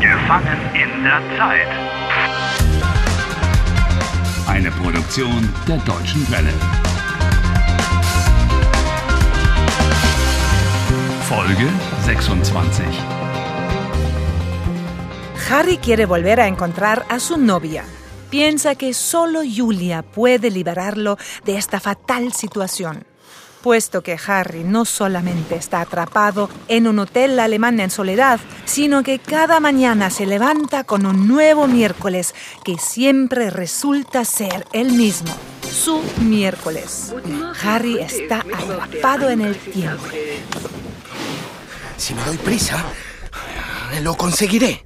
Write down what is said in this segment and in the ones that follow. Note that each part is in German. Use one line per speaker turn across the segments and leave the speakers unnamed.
Gefangen in der Zeit.
Eine Produktion der Deutschen Welle. Folge 26.
Harry quiere volver a encontrar a su novia. Piensa que solo Julia puede liberarlo de esta fatal situación. Puesto que Harry no solamente está atrapado en un hotel alemán en soledad, sino que cada mañana se levanta con un nuevo miércoles que siempre resulta ser el mismo, su miércoles. Harry está atrapado en el tiempo.
Si me doy prisa, eh, lo conseguiré.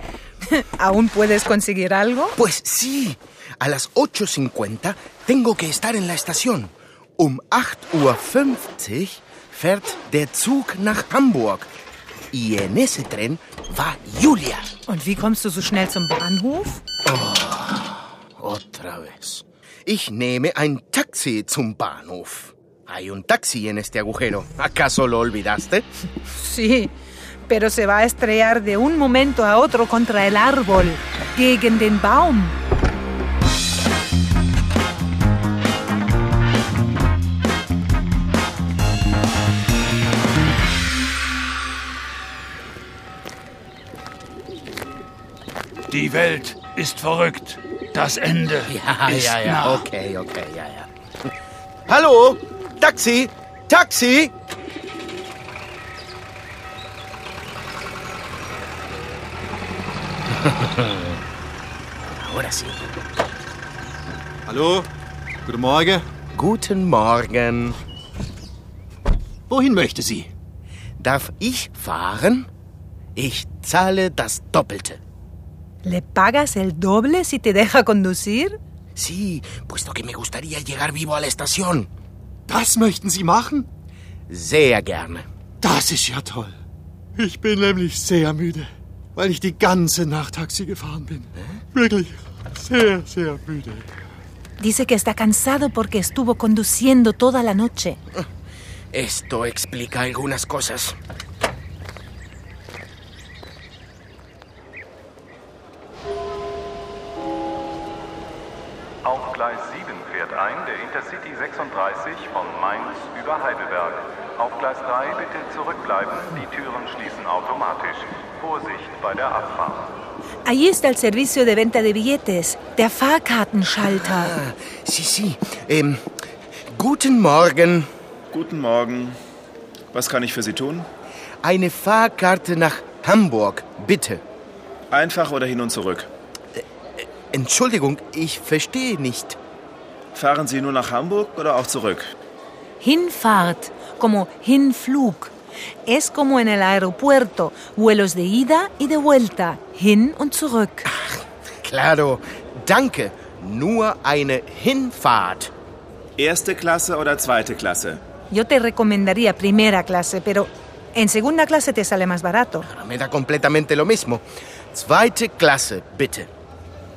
¿Aún puedes conseguir algo?
Pues sí, a las 8.50 tengo que estar en la estación. Um 8.50 Uhr fährt der Zug nach Hamburg. Y en ese tren va Julia.
Und wie kommst du so schnell zum Bahnhof?
Otra vez. Ich nehme ein Taxi zum Bahnhof. Hay un taxi en este agujero. ¿Acaso lo olvidaste?
Sí, pero se va a estrellar de un momento a otro contra el árbol, gegen den Baum.
Die Welt ist verrückt. Das Ende ist nah.
Okay, okay, ja, ja. Hallo, Taxi, Taxi. Ahora sí.
Hallo, guten Morgen.
Guten Morgen.
Wohin möchte sie?
Darf ich fahren? Ich zahle das Doppelte.
¿Le pagas el doble si te deja conducir?
Sí, puesto que me gustaría llegar vivo a la estación.
Das möchten Sie machen?
Sehr gerne.
Das ist ja toll. Ich bin nämlich sehr müde, weil ich die ganze Nacht Taxi gefahren bin. Wirklich sehr, sehr müde.
Dice que está cansado porque estuvo conduciendo toda la noche.
Esto explica algunas cosas.
Auf Gleis 7 fährt ein der Intercity 36 von Mainz über Heidelberg. Auf Gleis 3 bitte zurückbleiben, die Türen schließen automatisch. Vorsicht bei der Abfahrt.
Allí está el servicio de venta de billetes, der Fahrkartenschalter.
Sí, sí. Ähm, guten Morgen.
Guten Morgen. Was kann ich für Sie tun?
Eine Fahrkarte nach Hamburg, bitte.
Einfach oder hin und zurück?
Entschuldigung, ich verstehe nicht.
Fahren Sie nur nach Hamburg oder auch zurück?
Hinfahrt, como Hinflug. Es como en el aeropuerto, vuelos de ida y de vuelta, hin und zurück.
Claro, danke. Nur eine Hinfahrt.
Erste Klasse oder zweite Klasse?
Yo te recomendaría primera clase, pero en segunda clase te sale más barato.
Me da completamente lo mismo. Zweite Klasse, bitte.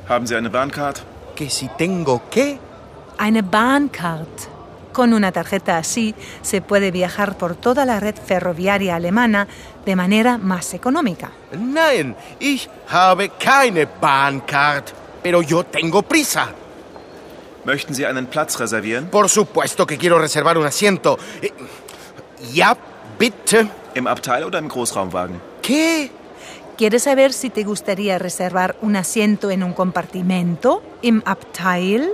Haben Sie eine Bahncard?
Que si tengo que...
Eine Bahncard. Con una tarjeta así se puede viajar por toda la red ferroviaria alemana de manera más económica.
Nein, ich habe keine Bahncard. Pero yo tengo prisa.
Möchten Sie einen Platz reservieren?
Por supuesto que quiero reservar un asiento. Eh, Ja, bitte.
Im Abteil oder im Großraumwagen?
¿Qué?
¿Quieres saber si te gustaría reservar un asiento en un compartimento, im Abteil,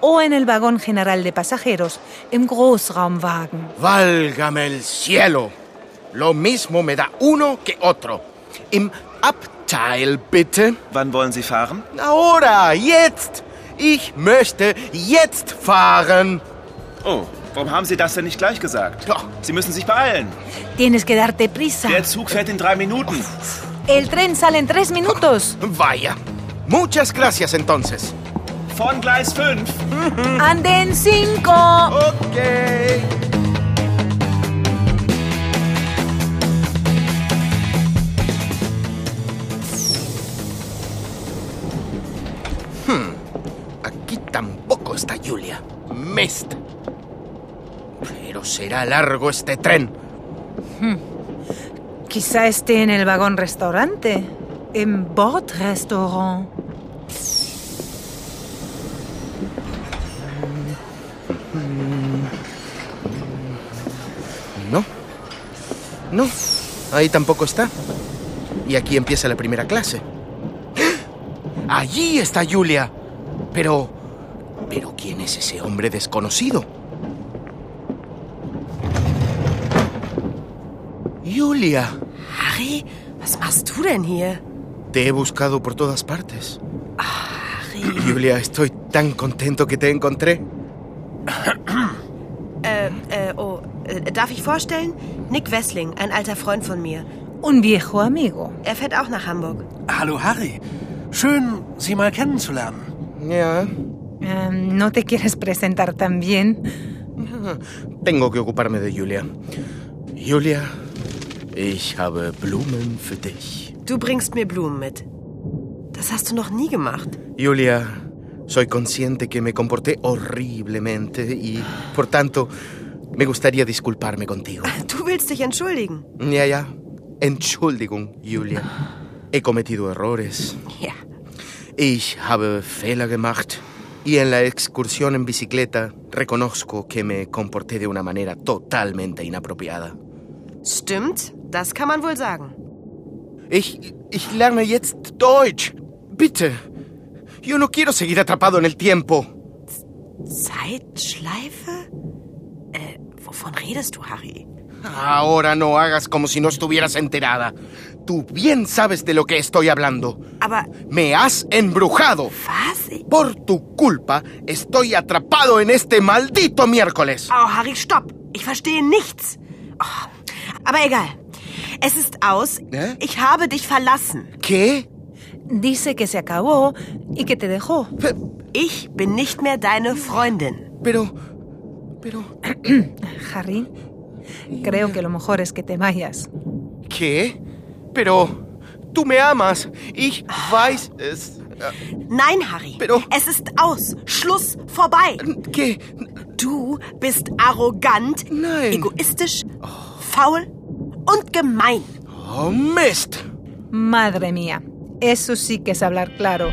o en el vagón general de pasajeros, im Großraumwagen?
Válgame el cielo. Lo mismo me da uno que otro. Im Abteil, bitte.
Wann wollen Sie fahren?
Ahora, jetzt. Ich möchte jetzt fahren.
Oh, warum haben Sie das denn nicht gleich gesagt?
Ja.
Sie müssen sich beeilen.
Tienes que darte prisa.
Der Zug fährt in drei Minuten.
El tren sale en tres minutos.
Vaya. Muchas gracias entonces.
Von Gleis 5.
Anden cinco.
Okay. Hmm. Aquí tampoco está Julia. Mist. Pero será largo este tren.
Quizá esté en el vagón restaurante. Im Bordrestaurant.
No. No. Ahí tampoco está. Y aquí empieza la primera clase. ¡Ah! Allí está Julia. Pero... Pero ¿quién es ese hombre desconocido? Julia,
Harry, was machst du denn hier?
te he buscado por todas partes.
Harry.
Julia, estoy tan contento que te encontré.
Äh, äh, oh, äh, darf ich vorstellen? Nick Wessling, ein alter Freund von mir.
Un viejo amigo.
Er fährt auch nach Hamburg.
Hallo Harry. Schön, Sie mal kennenzulernen.
Ya.
Eh, ¿No te quieres presentar también?
Tengo que ocuparme de Julia. Julia, ich habe Blumen für dich.
Du bringst mir Blumen mit. Das hast du noch nie gemacht.
Julia, soy consciente que me comporté horriblemente y, por tanto, me gustaría disculparme contigo.
Du willst dich entschuldigen.
Ya, ya. Entschuldigung, Julia. He cometido errores.
Ja.
Ich habe Fehler gemacht. Y en la excursión en bicicleta reconozco que me comporté de una manera totalmente inapropiada.
Stimmt, das kann man wohl sagen.
Ich, ich lerne jetzt Deutsch. Bitte. Yo no quiero seguir atrapado en el tiempo.
Zeitschleife? Äh, wovon redest du, Harry?
Ahora no hagas como si no estuvieras enterada. Tú bien sabes de lo que estoy hablando.
Aber
Me has embrujado.
was? Ich-
Por tu culpa, estoy atrapado en este maldito miércoles.
Oh, Harry, stopp. Ich verstehe nichts. Oh, aber egal. Es ist aus.
Hä?
Ich habe dich verlassen.
¿Qué?
Dice que se acabó y que te dejó.
Pe-
Ich bin nicht mehr deine Freundin.
Pero... Pero...
Harry, creo que lo mejor es que te vayas.
¿Qué? Pero... Tú me amas. Ich weiß es...
Nein, Harry.
Pero-
Es ist aus. Schluss vorbei.
¿Qué?
Du bist arrogant,
Nein.
egoistisch, faul und gemein.
Oh, Mist.
Madre mía, eso sí que es hablar claro.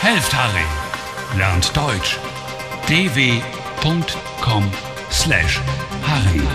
Helft Harry. Lernt Deutsch. dw.com slash Harry.